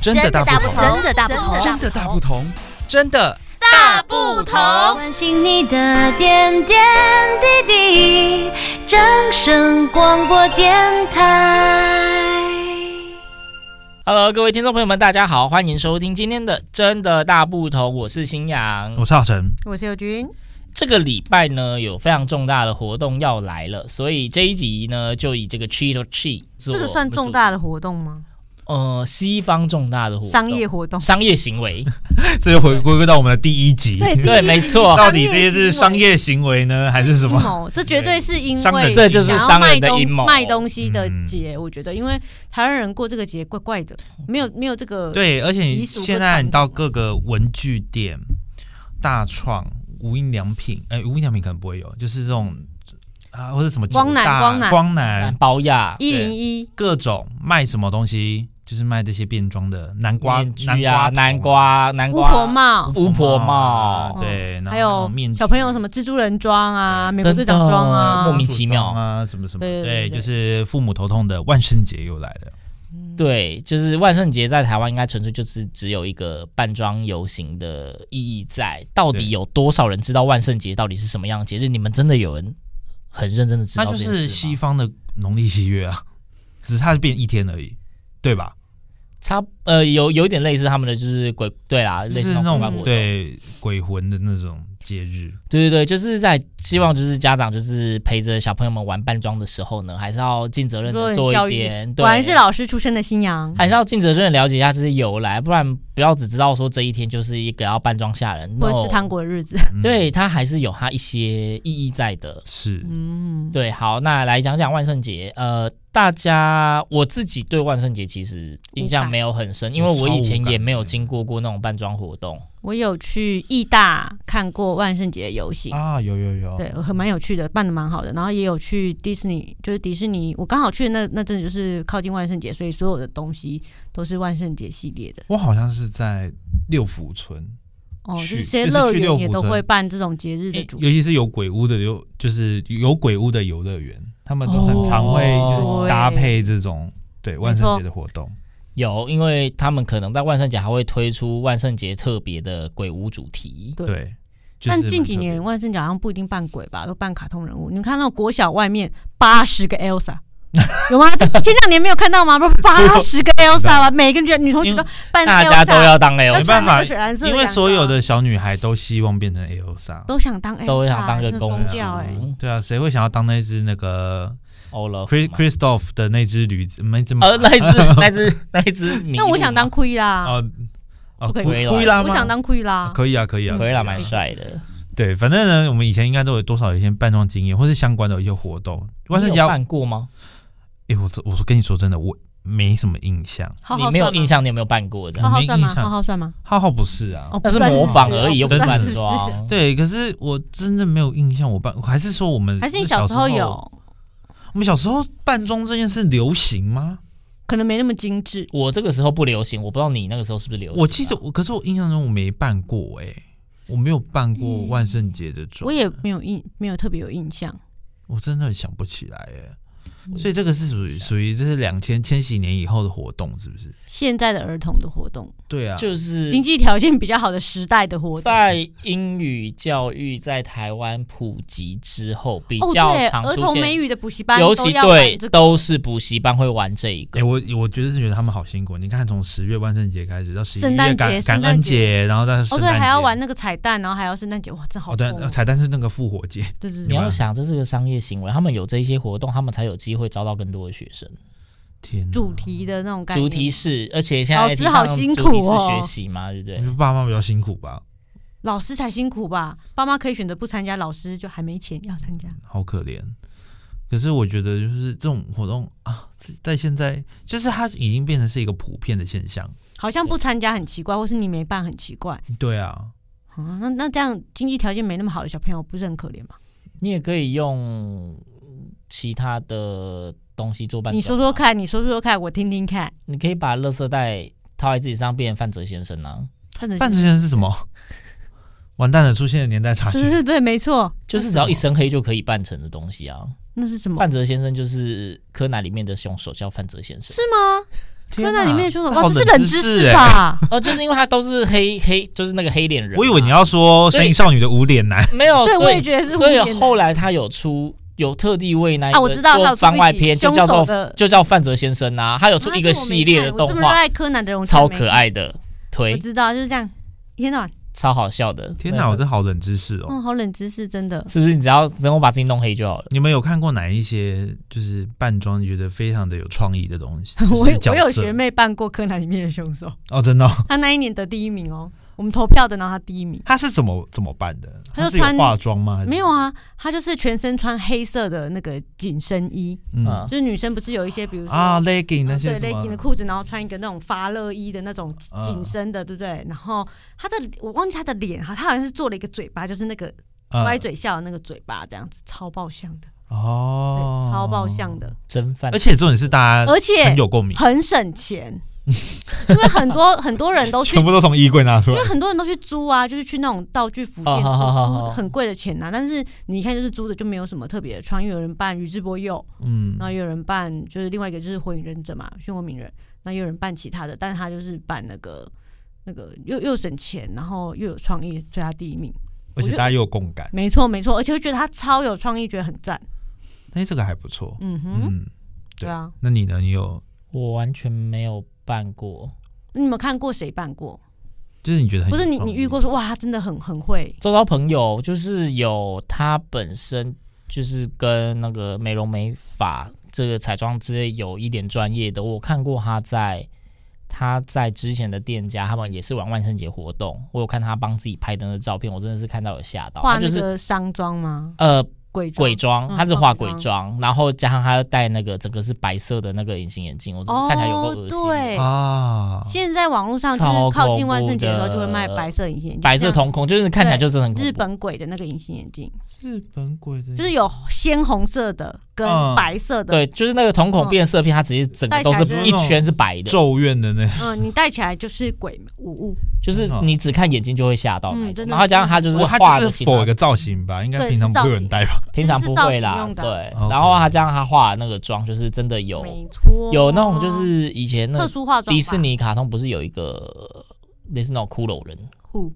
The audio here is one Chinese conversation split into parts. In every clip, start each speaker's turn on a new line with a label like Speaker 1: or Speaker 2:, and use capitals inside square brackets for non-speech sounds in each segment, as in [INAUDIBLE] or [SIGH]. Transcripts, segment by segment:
Speaker 1: 真的大不同，
Speaker 2: 真的大不同，
Speaker 1: 真的大不同，真的
Speaker 2: 大不同。
Speaker 3: 关心你的点点滴滴，掌声广播电台。
Speaker 4: Hello，各位听众朋友们，大家好，欢迎收听今天的《真的大不同》，我是新阳。
Speaker 1: 我是浩辰，
Speaker 2: 我是友军，
Speaker 4: 这个礼拜呢，有非常重大的活动要来了，所以这一集呢，就以这个 Cheat or Cheat 做
Speaker 2: 这个算重大的活动吗？
Speaker 4: 呃西方重大的活动
Speaker 2: 商业活动，
Speaker 4: 商业行为，
Speaker 5: 这就回归到我们的第一集，
Speaker 4: [LAUGHS] 对，
Speaker 5: [LAUGHS]
Speaker 4: 没错，
Speaker 5: 到底这些是商业行为呢，还是什
Speaker 2: 阴
Speaker 5: 么？
Speaker 2: 谋，这绝对是因
Speaker 5: 商人
Speaker 2: 为
Speaker 5: 的
Speaker 4: 这就是
Speaker 2: 想要
Speaker 4: 商
Speaker 2: 卖
Speaker 4: 人的
Speaker 2: 东
Speaker 4: 阴谋
Speaker 2: 卖东西的
Speaker 5: 嗯
Speaker 2: 节，我觉得，因为台湾人过这个节怪怪的，没有没有这个
Speaker 5: 对，而且
Speaker 2: 习
Speaker 5: 你
Speaker 2: 俗跟
Speaker 5: 现在你
Speaker 2: 传
Speaker 5: 到
Speaker 2: 统
Speaker 5: 各个文具店、大创、无印良品，哎、无印良品可能不会有，就是这种啊，或者什么
Speaker 2: 光
Speaker 5: 九
Speaker 2: 南
Speaker 5: 大
Speaker 2: 光南
Speaker 5: 光南
Speaker 4: 包亚
Speaker 2: 一零一
Speaker 5: 各种卖什么东西，就是卖这些变装的南瓜、
Speaker 4: 面具啊，
Speaker 5: 南
Speaker 4: 南
Speaker 5: 瓜
Speaker 4: 瓜，南
Speaker 2: 巫
Speaker 4: 瓜，
Speaker 2: 婆帽，哦
Speaker 5: 头、
Speaker 4: 巫婆
Speaker 5: 啊
Speaker 4: 帽，
Speaker 5: 对，然后
Speaker 2: 还有
Speaker 5: 面具
Speaker 2: 小朋友什么蜘蛛人装啊，美国
Speaker 4: 真
Speaker 2: 队长
Speaker 4: 的
Speaker 2: 装啊，
Speaker 4: 莫名其妙
Speaker 5: 装啊，什么什么，
Speaker 2: 对对对
Speaker 5: 对，
Speaker 2: 对
Speaker 5: 就是父母头痛的万圣节又来了。
Speaker 4: 对，就是万圣节在台湾应该纯粹就是只有一个扮装游行的意义在。到底
Speaker 5: 对
Speaker 4: 有多少人知道万圣节到底是什么样的节日？你们真的有人很认真的知
Speaker 5: 它
Speaker 4: 道
Speaker 5: 就
Speaker 4: 这件
Speaker 5: 是
Speaker 4: 事
Speaker 5: 西
Speaker 4: 吗？
Speaker 5: 方的农历七月啊， [LAUGHS] 只是它是变一天而已，对吧？
Speaker 4: 差呃有有一点类似他们的就是鬼对啦，
Speaker 5: 就
Speaker 4: 类似
Speaker 5: 是那
Speaker 4: 种
Speaker 5: 种
Speaker 4: 鬼
Speaker 5: 嗯
Speaker 4: 活动。
Speaker 5: 对鬼魂的那种节日，
Speaker 4: 对对对，就是在希望就是家长就是陪着小朋友们玩扮装的时候呢，还是要尽责任
Speaker 2: 多
Speaker 4: 的
Speaker 2: 元
Speaker 4: 做
Speaker 2: 教
Speaker 4: 一
Speaker 2: 育
Speaker 4: 点。对
Speaker 2: 果然是老师出身的新娘，
Speaker 4: 还是要尽责任地了解一下这些由来，不然不要只知道说这一天就是一个要扮装吓人，
Speaker 2: 或者吃
Speaker 4: no
Speaker 2: 糖果的日子。
Speaker 5: 嗯
Speaker 4: 对，它还是有它一些意义在的。
Speaker 5: 是
Speaker 2: 嗯，
Speaker 4: 对，好，那来讲讲万圣节。呃，大家我自己对万圣节其实印
Speaker 2: 无
Speaker 4: 象
Speaker 2: 感
Speaker 4: 没有很深，因为
Speaker 5: 我
Speaker 4: 我
Speaker 5: 超
Speaker 4: 以
Speaker 5: 无
Speaker 4: 前也
Speaker 5: 感
Speaker 4: 没有
Speaker 5: 嗯
Speaker 4: 经过过那种扮装活动。
Speaker 2: 我有去义大看过万圣节游行，
Speaker 5: 啊，有有有，
Speaker 2: 对，很蛮有趣的，办的蛮好的。然后也有去迪士尼，就是迪士尼，我刚好去的那那阵就是靠近万圣节，所以所有的东西都是万圣节系列的。
Speaker 5: 我好像是在六福村，
Speaker 2: 哦，就
Speaker 5: 去
Speaker 2: 是这些
Speaker 5: 就是
Speaker 2: 乐
Speaker 5: 去六
Speaker 2: 园
Speaker 5: 福
Speaker 2: 也都
Speaker 5: 村
Speaker 2: 会办这种节日的主题。
Speaker 5: 尤其是有鬼屋的游，就是有鬼屋的游乐园，他们都很常会
Speaker 4: 哦
Speaker 5: 就是搭配这种对万圣节的活动。
Speaker 4: 有，因为他们可能在万圣节还会推出万圣节特别的鬼屋主题。
Speaker 2: 对
Speaker 5: 对，就是
Speaker 2: 但
Speaker 5: 蛮
Speaker 2: 近几
Speaker 5: 特别
Speaker 2: 年万圣节好像不一定扮鬼吧，都扮卡通人物。你看那种国小外面八十个 Elsa，
Speaker 5: [LAUGHS]
Speaker 2: 有吗？这前两年没有看到吗？不是八十个 Elsa 吗？每个女女同学
Speaker 5: 因为
Speaker 2: 都扮
Speaker 4: 大家都
Speaker 2: Elsa，
Speaker 4: 要当 L，
Speaker 2: 要
Speaker 5: 没办
Speaker 2: 穿那
Speaker 5: 法
Speaker 2: 个啊水蓝色的
Speaker 5: 因为
Speaker 2: 洋
Speaker 5: 所有
Speaker 2: 装
Speaker 5: 的小女孩都希望变成 Elsa，
Speaker 2: 都想当 Elsa，
Speaker 4: 都想当个
Speaker 2: 真的
Speaker 4: 公
Speaker 2: 疯
Speaker 4: 主
Speaker 2: 掉哎。
Speaker 5: 对啊，谁会想要当那只那个
Speaker 2: 哦
Speaker 4: Olaf
Speaker 5: Chris
Speaker 4: 嘛
Speaker 5: Christoph 的那只驴子？那只马
Speaker 4: 呃，那一只那一只那一只麋鹿嘛，
Speaker 2: 那我想当 Queen 啦，
Speaker 5: 哦哦，
Speaker 2: 不可以
Speaker 5: 库
Speaker 4: 回来
Speaker 5: 库伊拉
Speaker 2: 我
Speaker 5: 吗
Speaker 2: 想当 Queen 啦。
Speaker 5: 可以啊，可以啊，
Speaker 4: 回来
Speaker 5: 可以啊
Speaker 4: 蛮帅的。
Speaker 5: 对，反正呢，我们以前应该都有多少有一些扮装经验，或是相关的一些活动。万圣
Speaker 4: 你
Speaker 5: 节
Speaker 4: 有
Speaker 5: 要，
Speaker 4: 办过吗？
Speaker 5: 哎，我我说跟你说真的，我没什么印象。
Speaker 2: 浩
Speaker 4: 你
Speaker 2: 浩
Speaker 4: 没有
Speaker 2: 算吗
Speaker 4: 印？象，你有没有办过的
Speaker 2: 浩？浩
Speaker 5: 没
Speaker 2: 算
Speaker 5: 印
Speaker 2: 吗？
Speaker 5: 象
Speaker 2: 浩浩算吗？
Speaker 5: 浩浩不是啊，
Speaker 2: 哦，
Speaker 4: 那是
Speaker 2: 不算
Speaker 4: 模
Speaker 2: 不
Speaker 4: 仿
Speaker 2: 是
Speaker 4: 而已，又不
Speaker 5: 真
Speaker 4: 是啊
Speaker 5: 的
Speaker 4: 扮
Speaker 2: 是 [LAUGHS]
Speaker 4: 装。，
Speaker 5: 对，可是我真的没有印象，我扮还是说我们
Speaker 2: 还是你
Speaker 5: 小
Speaker 2: 小时
Speaker 5: 时
Speaker 2: 候？有，
Speaker 5: 我们小时候扮装这件事流行吗？
Speaker 2: 可能没那么精致。
Speaker 4: 我这个时候不流行，我不知道你那个时候是不是流行啊。
Speaker 5: 我记得我，可是我印象中我没扮过哎、我没有扮过万圣节的妆、
Speaker 2: 嗯我也没有印，没有特别有印象。
Speaker 5: 我真的想不起来哎、所以这个是属于属于这是两千千禧年以后的活动，是不是？
Speaker 2: 现在的儿童的活动，
Speaker 5: 对啊，
Speaker 4: 就是
Speaker 2: 经济条件比较好的时代的活动，
Speaker 4: 在英语教育在台湾普及之后，比
Speaker 2: 哦
Speaker 4: 较
Speaker 2: 对，
Speaker 4: 常
Speaker 2: 儿
Speaker 4: 出
Speaker 2: 童
Speaker 4: 现，
Speaker 2: 美语的补习班
Speaker 4: 尤
Speaker 2: 都
Speaker 4: 其
Speaker 2: 要
Speaker 4: 对
Speaker 2: 办这个，
Speaker 4: 都是补习班会玩这一
Speaker 5: 哎、
Speaker 4: 个。
Speaker 5: 我我觉得是觉得他们好辛苦。你看，从十月万圣节开始到十一
Speaker 2: 圣
Speaker 5: 月
Speaker 2: 诞
Speaker 5: 感
Speaker 2: 节
Speaker 5: 感
Speaker 2: 圣诞
Speaker 5: 恩
Speaker 2: 节
Speaker 5: 节，然后到圣
Speaker 2: 哦
Speaker 5: 诞节，
Speaker 2: 对，还要玩那个彩蛋，然后还要圣诞节，哇，这好
Speaker 5: 哦对，
Speaker 2: 疯
Speaker 5: 呃彩蛋是那个复活节， [LAUGHS]
Speaker 2: 对对
Speaker 4: 你
Speaker 2: 对，
Speaker 4: 要想，这是个商业行为，他们有这些活动，他们才有机会招到更多的学生。
Speaker 5: 天哪
Speaker 2: 主题的那种概念，
Speaker 4: 主题是，而且现
Speaker 2: 老
Speaker 4: 在
Speaker 2: 师
Speaker 4: IT
Speaker 2: 好
Speaker 4: 上
Speaker 2: 辛
Speaker 4: 主题
Speaker 2: 苦
Speaker 4: 是
Speaker 2: 哦
Speaker 4: 学习嘛，对不对
Speaker 5: 你？们爸妈比较辛苦吧，
Speaker 2: 老师才辛苦吧？爸妈可以选择不参加，老师就还没钱要参加，
Speaker 5: 好可怜。可是我觉得就是这种活动啊，这在现在就是它已经变成是一个普遍的现象。
Speaker 2: 好像不参加很奇怪，或是你没办很奇怪
Speaker 5: 对啊，
Speaker 2: 啊。那那这样经济条件没那么好的小朋友，不是很可怜吗？
Speaker 4: 你也可以用其他的东西做伴。啊
Speaker 2: 你说说，看，你说说看，我听听看。
Speaker 4: 你可以把垃圾袋套在自己上，变成范泽先生啊，
Speaker 2: 看着
Speaker 5: 半之前是什
Speaker 2: [LAUGHS]
Speaker 5: 么？完蛋了，出现了年代差
Speaker 2: 对对
Speaker 5: 距。
Speaker 2: 对对，没错，
Speaker 4: 就是只要一身黑就可以扮成的东西啊。
Speaker 2: 那是什么？
Speaker 4: 范泽先生就是柯南里面的凶手，叫范泽先生。
Speaker 2: 是吗？
Speaker 5: 天
Speaker 2: 柯南里面的凶手哦，
Speaker 5: 这
Speaker 2: 这是
Speaker 5: 好
Speaker 2: 冷
Speaker 5: 知
Speaker 2: 知识
Speaker 5: 欸？
Speaker 4: [LAUGHS]
Speaker 2: 吧？
Speaker 4: 哦，就是因为他都是黑黑，就是那个黑脸人嘛。
Speaker 5: 我以为你要说《
Speaker 4: 所以
Speaker 5: 神隐少女》的无脸男，
Speaker 4: 没有，
Speaker 2: 对
Speaker 4: 哦所以
Speaker 2: 我也觉得是
Speaker 4: 所以
Speaker 2: 无脸男
Speaker 4: 后来他有出有特地为那一
Speaker 2: 啊我
Speaker 4: 个
Speaker 2: 知道他有
Speaker 4: 做
Speaker 2: 出
Speaker 4: 番
Speaker 2: 一
Speaker 4: 外
Speaker 2: 集
Speaker 4: 篇，就
Speaker 2: 凶
Speaker 4: 叫
Speaker 2: 手
Speaker 4: 做
Speaker 2: 的
Speaker 4: 就叫范泽先生啊，他有出一个系列的动
Speaker 2: 啊这我没看我这么热
Speaker 4: 画，
Speaker 2: 爱柯南的人，我居然
Speaker 4: 超
Speaker 2: 没
Speaker 4: 可
Speaker 2: 看。
Speaker 4: 爱哦的，
Speaker 2: 我
Speaker 4: 推
Speaker 2: 知道，就是这样，一天到晚，
Speaker 4: [LAUGHS] 超好笑的。
Speaker 5: 天哪，我
Speaker 4: 对
Speaker 5: 这好冷知识哦！
Speaker 2: 嗯，好冷知识，真的。
Speaker 4: 是不是你只要能够把自己弄黑就好了？
Speaker 5: 你们有看过哪一些就是扮装你觉得非常的有创意的东西？
Speaker 2: [LAUGHS] 我
Speaker 5: 就是角
Speaker 2: 我有
Speaker 5: 色
Speaker 2: 学妹扮过柯南里面的凶手，
Speaker 5: 哦，真的哦、
Speaker 2: 她那一年得第一名哦，我们投票的，然后她第一名。
Speaker 5: 他是怎么怎么办的？
Speaker 2: 他
Speaker 5: 他
Speaker 2: 就
Speaker 5: 是有
Speaker 2: 穿
Speaker 5: 化妆吗？还是
Speaker 2: 没有，啊，她就是全身穿黑色的那个紧身衣，
Speaker 5: 嗯
Speaker 4: 啊
Speaker 2: 就是女生不是有一些，比如说
Speaker 5: 啊，legging 那
Speaker 2: 嗯
Speaker 5: 些
Speaker 2: 对
Speaker 5: 什
Speaker 2: legging 的
Speaker 5: 么？
Speaker 2: 裤子，然后穿一个那种发热衣的那种
Speaker 5: 嗯
Speaker 2: 紧身的，对不对？然后她的我忘记她的脸哈，她好像是做了一个嘴巴，就是那个
Speaker 5: 嗯
Speaker 2: 歪嘴笑的那个嘴巴，这样子超爆笑的，对
Speaker 5: 哦，
Speaker 2: 超爆笑。的，
Speaker 4: 真范
Speaker 5: 而，且重点是大家
Speaker 2: 而且
Speaker 5: 很有共鸣，
Speaker 2: 很省钱， [LAUGHS] 因为很多很多人都去
Speaker 5: 全部都从衣柜拿出来
Speaker 2: 因为。很多人都去租啊，就是去那种道具服店
Speaker 4: 哦
Speaker 2: 租，
Speaker 4: 好好好
Speaker 2: 租
Speaker 4: 好
Speaker 2: 很贵的钱呐、啊但是你一看就是租的就没有什么特别的穿，因为有人扮宇智波鼬，
Speaker 5: 嗯，
Speaker 2: 然后也有人扮就是另外一个就是火影忍者嘛，漩涡鸣人，那也有人扮其他的，但是他就是扮那个那个又又省钱，然后又有创意，所以他第一名。
Speaker 5: 而且大家又有共感，
Speaker 2: 没错没错，而且会觉得他超有创意，觉得很赞。
Speaker 5: 哎，这个还不错。
Speaker 2: 嗯哼，
Speaker 5: 嗯，
Speaker 2: 对啊。
Speaker 5: 那你呢？你有
Speaker 4: 我完全没有办过。
Speaker 2: 你有没有看过谁扮过？
Speaker 5: 就是你觉得很
Speaker 2: 不是
Speaker 5: 有
Speaker 2: 你
Speaker 5: 创
Speaker 2: 你
Speaker 5: 意
Speaker 2: 遇过说哇，他真的很很会
Speaker 4: 周遭朋友就是有他本身就是跟那个美容美发这个彩妆之类有一点专业的，我看过他在他在之前的店家，他们也是玩万圣节活动，我有看他帮自己拍的那个照片，我真的是看到有吓到，
Speaker 2: 画
Speaker 4: 他
Speaker 2: 那
Speaker 4: 啊就是。
Speaker 2: 个商妆吗？
Speaker 4: 呃，
Speaker 2: 鬼
Speaker 4: 鬼
Speaker 2: 妆嗯
Speaker 4: 妆，他是画
Speaker 2: 鬼
Speaker 4: 鬼
Speaker 2: 妆
Speaker 4: 妆，然后加上他戴那个整个是白色的那个隐形眼镜，我真的看起来有够恶心。
Speaker 2: 哦对
Speaker 5: 啊？
Speaker 2: 现在网络上就是靠近万圣节的时候就会卖白色隐形眼镜，
Speaker 4: 白色瞳孔嗯就是看起来就是很
Speaker 2: 像
Speaker 4: 恐怖
Speaker 2: 日本鬼的那个隐形眼镜，
Speaker 5: 日本鬼的，
Speaker 2: 就是有鲜红色的跟
Speaker 5: 嗯
Speaker 2: 白色的，
Speaker 4: 对，就是那个瞳孔变色片，它直接整个都
Speaker 2: 戴
Speaker 4: 是
Speaker 2: 起来
Speaker 4: 一圈是白的，
Speaker 5: 咒怨的那
Speaker 2: 嗯，你戴起来就是鬼无物，
Speaker 4: 就是你只看眼睛就会吓到那
Speaker 2: 嗯
Speaker 4: 一种。
Speaker 2: 真的
Speaker 4: 然后加上
Speaker 5: [LAUGHS]
Speaker 4: 它就是
Speaker 5: 嗯我
Speaker 4: 画
Speaker 5: 他
Speaker 4: 的
Speaker 5: 就是
Speaker 4: 其他
Speaker 5: 否一个造型吧，应该
Speaker 2: 对
Speaker 5: 平常不会有人戴吧？
Speaker 4: 平常不会啦
Speaker 2: 是造型用，的啊
Speaker 4: 对。
Speaker 5: OK
Speaker 4: 然后它加上它画的那个妆，就是真的有
Speaker 2: 没错，
Speaker 4: 有那种就是以前那
Speaker 2: 特
Speaker 4: 个
Speaker 2: 殊化妆吧，
Speaker 4: 迪士尼卡通不是有一个类似那种骷髅人，
Speaker 2: 酷，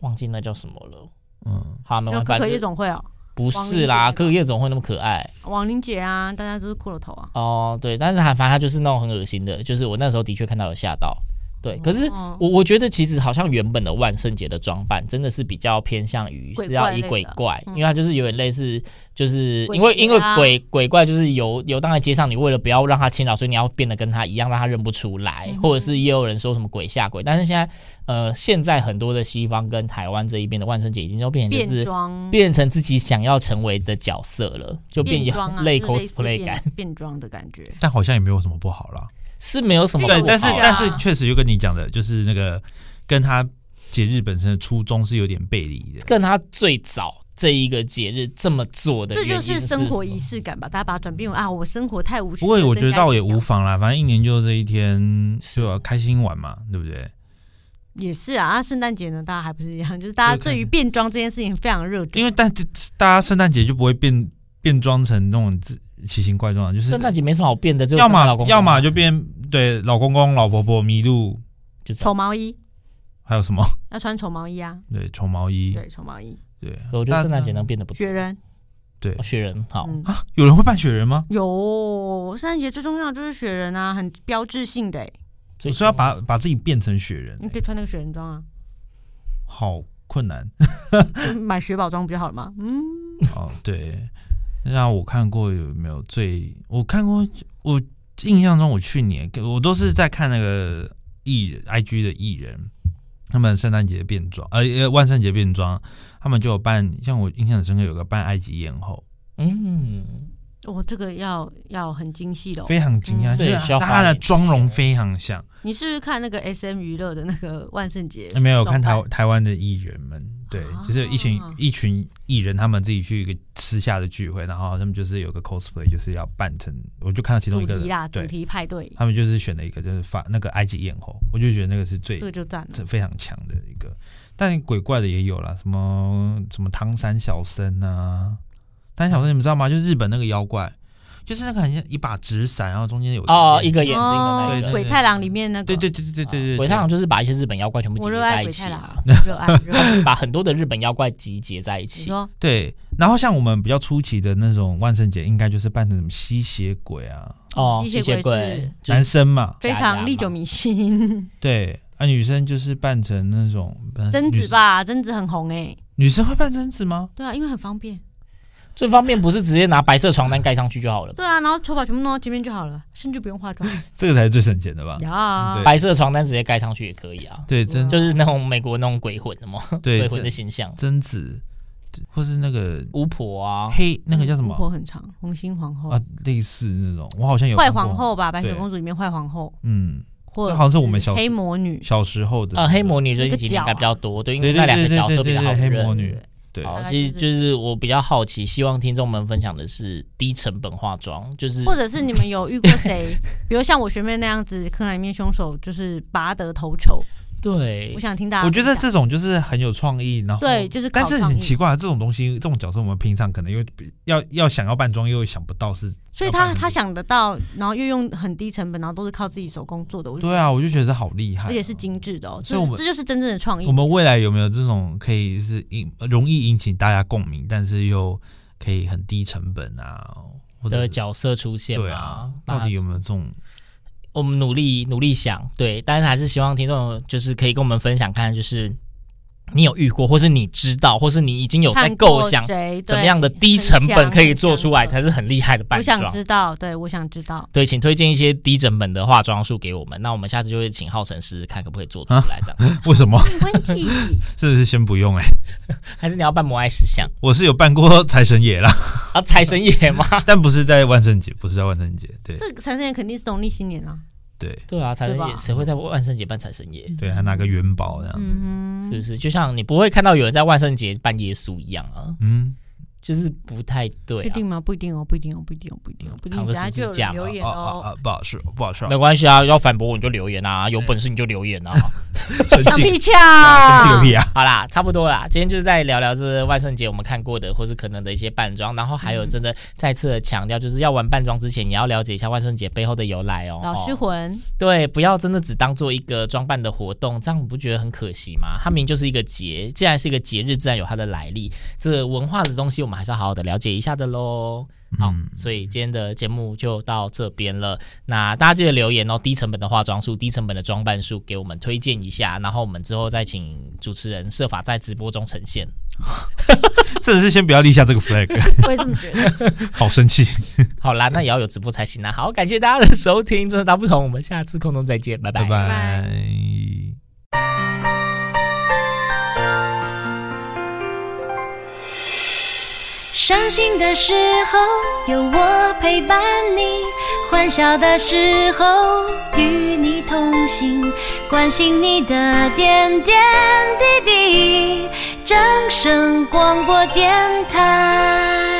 Speaker 4: 忘记那叫什么了。
Speaker 5: 嗯，
Speaker 4: 好，没
Speaker 2: 然后可
Speaker 4: 关系，反
Speaker 2: 可夜
Speaker 4: 正
Speaker 2: 总会哦，
Speaker 4: 不是啦，
Speaker 2: 王林姐
Speaker 4: 各个夜总会那么可爱。
Speaker 2: 王玲姐啊，大家都是骷髅头啊，
Speaker 4: 哦，对，但是还反正他就是那种很恶心的，就是我那时候的确看到有吓到。对，可是
Speaker 2: 哦
Speaker 4: 我我觉得其实好像原本的万圣节的装扮真的是比较偏向于
Speaker 2: 鬼
Speaker 4: 是要
Speaker 2: 怪
Speaker 4: 以
Speaker 2: 类
Speaker 4: 鬼
Speaker 2: 的
Speaker 4: 怪，
Speaker 2: 嗯
Speaker 4: 因为它就是有点类似，就是
Speaker 2: 鬼
Speaker 4: 因为
Speaker 2: 节
Speaker 4: 因为
Speaker 2: 啊
Speaker 4: 鬼鬼怪就是游游荡在街上，你为了不要让它侵扰，所以你要变得跟它一样，让它认不出来，
Speaker 2: 嗯哼
Speaker 4: 或者是也有人说什么鬼吓鬼，但是现在呃现在很多的西方跟台湾这一边的万圣节已经都变成就
Speaker 2: 变
Speaker 4: 是
Speaker 2: 装。
Speaker 4: 变成自己想要成为的角色了，就变
Speaker 2: 变
Speaker 4: 有
Speaker 2: 装啊，
Speaker 4: 类
Speaker 2: 就是似
Speaker 4: cosplay
Speaker 2: 变
Speaker 4: 感。
Speaker 2: 变装的感觉。
Speaker 5: 但好像也没有什么不好啦。
Speaker 4: 是没有什么
Speaker 2: 对
Speaker 5: 对，
Speaker 4: 不
Speaker 5: 但是
Speaker 4: 好
Speaker 5: 但是确实就跟你讲的，就是那个跟他节日本身的初衷是有点背离的。
Speaker 4: 跟他最早这一个节日这么做的
Speaker 2: 这
Speaker 4: 原
Speaker 2: 就
Speaker 4: 因
Speaker 2: 是
Speaker 4: 是
Speaker 2: 生活仪式感吧，大家把它转变为啊，我生活太无趣
Speaker 5: 不
Speaker 2: 了。
Speaker 5: 过我觉
Speaker 2: 增
Speaker 5: 得
Speaker 2: 加
Speaker 5: 倒
Speaker 2: 一
Speaker 5: 也
Speaker 2: 点
Speaker 5: 无
Speaker 2: 小
Speaker 4: 啊
Speaker 5: 妨啦，反正一年就这一天，就要开心玩嘛，对不对？
Speaker 2: 也是啊，啊圣诞节呢，大家还不是一样，就是大家对于变装这件事情非常热衷。
Speaker 5: 因为但大家圣诞节就不会变变装成那种自奇形怪状的，就是
Speaker 4: 圣诞节没什么好变的，就是
Speaker 5: 要
Speaker 4: 老
Speaker 5: 么
Speaker 4: 公公啊
Speaker 5: 要么就变对老公公、老婆婆、麋鹿，
Speaker 4: 就这
Speaker 2: 丑
Speaker 4: 样。
Speaker 2: 毛衣
Speaker 5: 还有什么 [LAUGHS]
Speaker 2: 要穿丑毛衣啊，
Speaker 5: 对丑毛衣，
Speaker 2: 对，丑毛衣。
Speaker 5: 对，
Speaker 4: 我觉得
Speaker 5: 但
Speaker 4: 圣诞节能变得不错
Speaker 2: 雪。人，
Speaker 5: 对
Speaker 4: 哦雪人好，
Speaker 2: 嗯，
Speaker 5: 有人会扮雪人吗？
Speaker 2: 有圣诞节最重要的就是雪人啊，很标志性的欸，
Speaker 4: 所
Speaker 5: 我说要把把自己变成雪人，
Speaker 2: 你可以穿那个雪人装啊，
Speaker 5: 好困难 [LAUGHS]
Speaker 2: 买雪宝装不就好了吗？嗯，
Speaker 5: 哦。对，那我看过有没有最？我看过，我印象中我去年我都是在看那个艺人 IG 的艺人，他们圣诞节变装，呃呃万圣节变装，他们就有扮，像我印象很深刻有个扮埃及艳后，
Speaker 4: 嗯，
Speaker 2: 我这个要要很精细的哦。
Speaker 5: 非常惊
Speaker 2: 嗯
Speaker 5: 讶，
Speaker 4: 这也
Speaker 5: 就是
Speaker 4: 需要花
Speaker 5: 他的
Speaker 4: 点
Speaker 5: 妆容
Speaker 4: 时间
Speaker 5: 非常像。
Speaker 2: 你是不是看那个 S M 娱乐的那个万圣节？
Speaker 5: 没有看台
Speaker 2: 懂吧
Speaker 5: 台湾的艺人们，对，就是有一群
Speaker 2: 啊
Speaker 5: 一群艺人，他们自己去一个私下的聚会，然后他们就是有个 cosplay，就是要扮成，我就看到其中一
Speaker 2: 主
Speaker 5: 个
Speaker 2: 题啦，
Speaker 5: 人，
Speaker 2: 主
Speaker 5: 对，
Speaker 2: 题派对，
Speaker 5: 他们就是选了一个就是法那个埃及艳后，我就觉得那个是最
Speaker 2: 这个就赞了。
Speaker 5: 是非常强的一个，但鬼怪的也有啦，什么什么汤山小生啊，汤山小生你们知道吗？就是日本那个妖怪，就是那个很像一把纸伞，然后中间有
Speaker 4: 哦，一
Speaker 5: 个，
Speaker 4: 个眼睛的那
Speaker 5: 对
Speaker 4: 一
Speaker 5: 对
Speaker 4: 个
Speaker 2: 哦，
Speaker 5: 对
Speaker 2: 鬼太郎里面那个，
Speaker 5: 对对对对对对对，
Speaker 4: 鬼太郎就是把一些日本妖怪全部集
Speaker 2: 我
Speaker 4: 结
Speaker 2: 热
Speaker 4: 在
Speaker 2: 爱
Speaker 4: 一
Speaker 2: 鬼
Speaker 4: 起
Speaker 2: 太郎
Speaker 4: 啊，，
Speaker 2: 热爱热爱。
Speaker 4: 把很多的日本妖怪集结在一
Speaker 2: 你
Speaker 4: 起。
Speaker 2: 说
Speaker 5: 对。然后像我们比较初期的那种万圣节，应该就是扮成什么吸血鬼啊，
Speaker 4: 哦，
Speaker 2: 吸
Speaker 4: 吸
Speaker 2: 血鬼
Speaker 4: 血鬼
Speaker 2: 是，
Speaker 4: 就是
Speaker 5: 男生嘛，
Speaker 2: 非常历久
Speaker 5: [LAUGHS]
Speaker 2: 弥新，
Speaker 5: 对。啊，女生就是扮成那种
Speaker 2: 贞子，吧，贞子很红哎，
Speaker 5: 女女生会扮贞子吗？
Speaker 2: 对啊，因为很方便，
Speaker 4: 最方便不是直接拿白色床单盖上去就好了，
Speaker 2: 对啊，然后头发全部弄到前面就好了，甚至不用化 [LAUGHS] 妆
Speaker 5: 这个才是最省钱的吧？
Speaker 2: 呀
Speaker 5: 嗯对。
Speaker 4: 白色床单直接盖上去也可以啊，
Speaker 5: 对，贞
Speaker 4: 就是那种美国那种鬼魂的嘛，
Speaker 5: 对
Speaker 4: 鬼魂
Speaker 5: 贞
Speaker 4: 的形象，
Speaker 5: 贞子，或是那个
Speaker 4: 巫婆啊，
Speaker 5: 黑那个叫什么
Speaker 2: 巫婆很长，红心皇后
Speaker 5: 啊，类似那种，我好像有
Speaker 2: 坏
Speaker 5: 看过
Speaker 2: 皇，后吧，白雪
Speaker 5: 对
Speaker 2: 公主里面坏皇后，
Speaker 5: 嗯，
Speaker 2: 或
Speaker 5: 这好像是我们小
Speaker 2: 黑魔女，
Speaker 5: 小时候的
Speaker 4: 呃，黑魔女
Speaker 2: 那
Speaker 4: 最
Speaker 2: 个啊
Speaker 4: 近几年应该比较多，对，因
Speaker 5: 对
Speaker 4: 为
Speaker 5: 对
Speaker 4: 那两
Speaker 5: 对
Speaker 4: 个
Speaker 5: 对
Speaker 4: 角
Speaker 5: 对
Speaker 4: 特别
Speaker 5: 对
Speaker 4: 好
Speaker 5: 对，黑魔
Speaker 4: 认。
Speaker 5: 女，对
Speaker 4: 好
Speaker 2: 大，概
Speaker 4: 其实
Speaker 2: 就是
Speaker 4: 就是我比较好奇，希望听众们分享的是低成本化妆，就是
Speaker 2: 或者是你们有遇过
Speaker 5: [LAUGHS]
Speaker 2: 谁，比如像我学妹那样子，柯南里面凶手就是拔得头筹。
Speaker 4: 对
Speaker 2: 我，想听大家
Speaker 5: 我
Speaker 2: 分享，
Speaker 5: 觉得这种就是很有创意，然后
Speaker 2: 对就是
Speaker 5: 但
Speaker 2: 靠
Speaker 5: 是
Speaker 2: 创
Speaker 5: 很
Speaker 2: 意
Speaker 5: 奇怪，这种东西，这种角色我们平常可能又要要想要扮装，又想不到是，
Speaker 2: 所以
Speaker 5: 要
Speaker 2: 他
Speaker 5: 扮成
Speaker 2: 他想得到，然后又用很低成本，然后都是靠自己手工做的，我就
Speaker 5: 对啊，我就觉得好厉害，
Speaker 2: 而且是。精致的哦，
Speaker 5: 所以
Speaker 2: 这
Speaker 5: 我们
Speaker 2: 这就是真正的创意
Speaker 5: 我。们未来有没有这种可以是引容易引起大家共鸣，但是又可以很低成本啊，或者
Speaker 4: 的角色出现
Speaker 5: 对
Speaker 4: 嘛
Speaker 5: 啊，，
Speaker 4: 那
Speaker 5: 到底有没有这种？ [LAUGHS]
Speaker 4: 我们努力努力想，对，但是还是希望听众就是可以跟我们分享看，就是你有遇过，或是你知道，或是你已经有在
Speaker 2: 看过
Speaker 4: 构想
Speaker 2: 谁
Speaker 4: 怎么样的低成本可以做出来，才
Speaker 2: 他
Speaker 4: 是很厉害的扮
Speaker 2: 我想
Speaker 4: 装。
Speaker 2: 知道，对我想知
Speaker 4: [LAUGHS]
Speaker 2: 道，
Speaker 4: 对，请推荐一些低成本的化妆术给我们，那我们下次就会请浩辰试试看可不可以做出
Speaker 5: 啊
Speaker 4: 来，这样。
Speaker 5: 为什么？ [LAUGHS]
Speaker 2: 没问题。
Speaker 5: 真的是先不用哎、
Speaker 4: 还是你要扮摩爱石像 [LAUGHS]
Speaker 5: 我是有扮过财神爷啦，
Speaker 4: 啊？财神爷吗？
Speaker 5: 但不是在万圣节，不是在万圣节，对
Speaker 2: 这个财神爷肯定是农历新年啊，
Speaker 5: 对
Speaker 4: [LAUGHS] 对啊，财神
Speaker 2: 对
Speaker 4: 爷
Speaker 2: 吧
Speaker 4: 谁会在万圣节扮财神爷？
Speaker 5: 对，还拿个元宝这样，
Speaker 2: 嗯哼，
Speaker 4: 是不是？就像你不会看到有人在万圣节扮耶稣一样啊，
Speaker 5: 嗯，
Speaker 4: 就是不太对
Speaker 2: 确
Speaker 4: 啊。
Speaker 2: 定吗？不一定哦，不一定哦，不一定哦，不一定哦，不一定。
Speaker 4: 扛着
Speaker 2: 等下
Speaker 4: 十字
Speaker 2: 就有
Speaker 4: 架
Speaker 2: 人
Speaker 4: 嘛
Speaker 2: 留言
Speaker 5: 啊啊
Speaker 2: [LAUGHS] 哦，
Speaker 5: 啊，不好说，不好说，
Speaker 4: 没关系啊，要反驳我你就留言啊，有本事你就留 [LAUGHS] 言啊。
Speaker 5: 生
Speaker 2: 抢
Speaker 5: 气
Speaker 2: 屁，翘，
Speaker 5: 生气个屁啊！
Speaker 4: 好啦，差不多啦，今天就是在聊聊这万圣节我们看过的或是可能的一些扮装，然后还有真的再次的强调，就是要玩扮装之前，你要了解一下万圣节背后的由来哦。
Speaker 2: 老师
Speaker 4: 哦
Speaker 2: 魂，
Speaker 4: 对，不要真的只当做一个装扮的活动，这样你不觉得很可惜吗？它明明就是一个节，既然是一个节日，自然有它的来历。这文化的东西，我们还是要好好的了解一下的喽。好，
Speaker 5: 嗯
Speaker 4: 所以今天的节目就到这边了。那大家记得留言哦，低成本的化妆术、低成本的装扮术，给我们推荐一下，然后我们之后再请主持人设法在直播中呈现。
Speaker 5: 真的是先不要立下这个 [LAUGHS] flag，
Speaker 2: 我也这么觉得。
Speaker 5: 好生气，
Speaker 4: 好啦，那也要有直播才行啦。啊好，感谢大家的收听，真的大不同，我们下次空中再见，
Speaker 5: 拜拜
Speaker 2: 拜。
Speaker 3: 伤心的时候有我陪伴你，欢笑的时候与你同行，关心你的点点滴滴。掌声广播电台。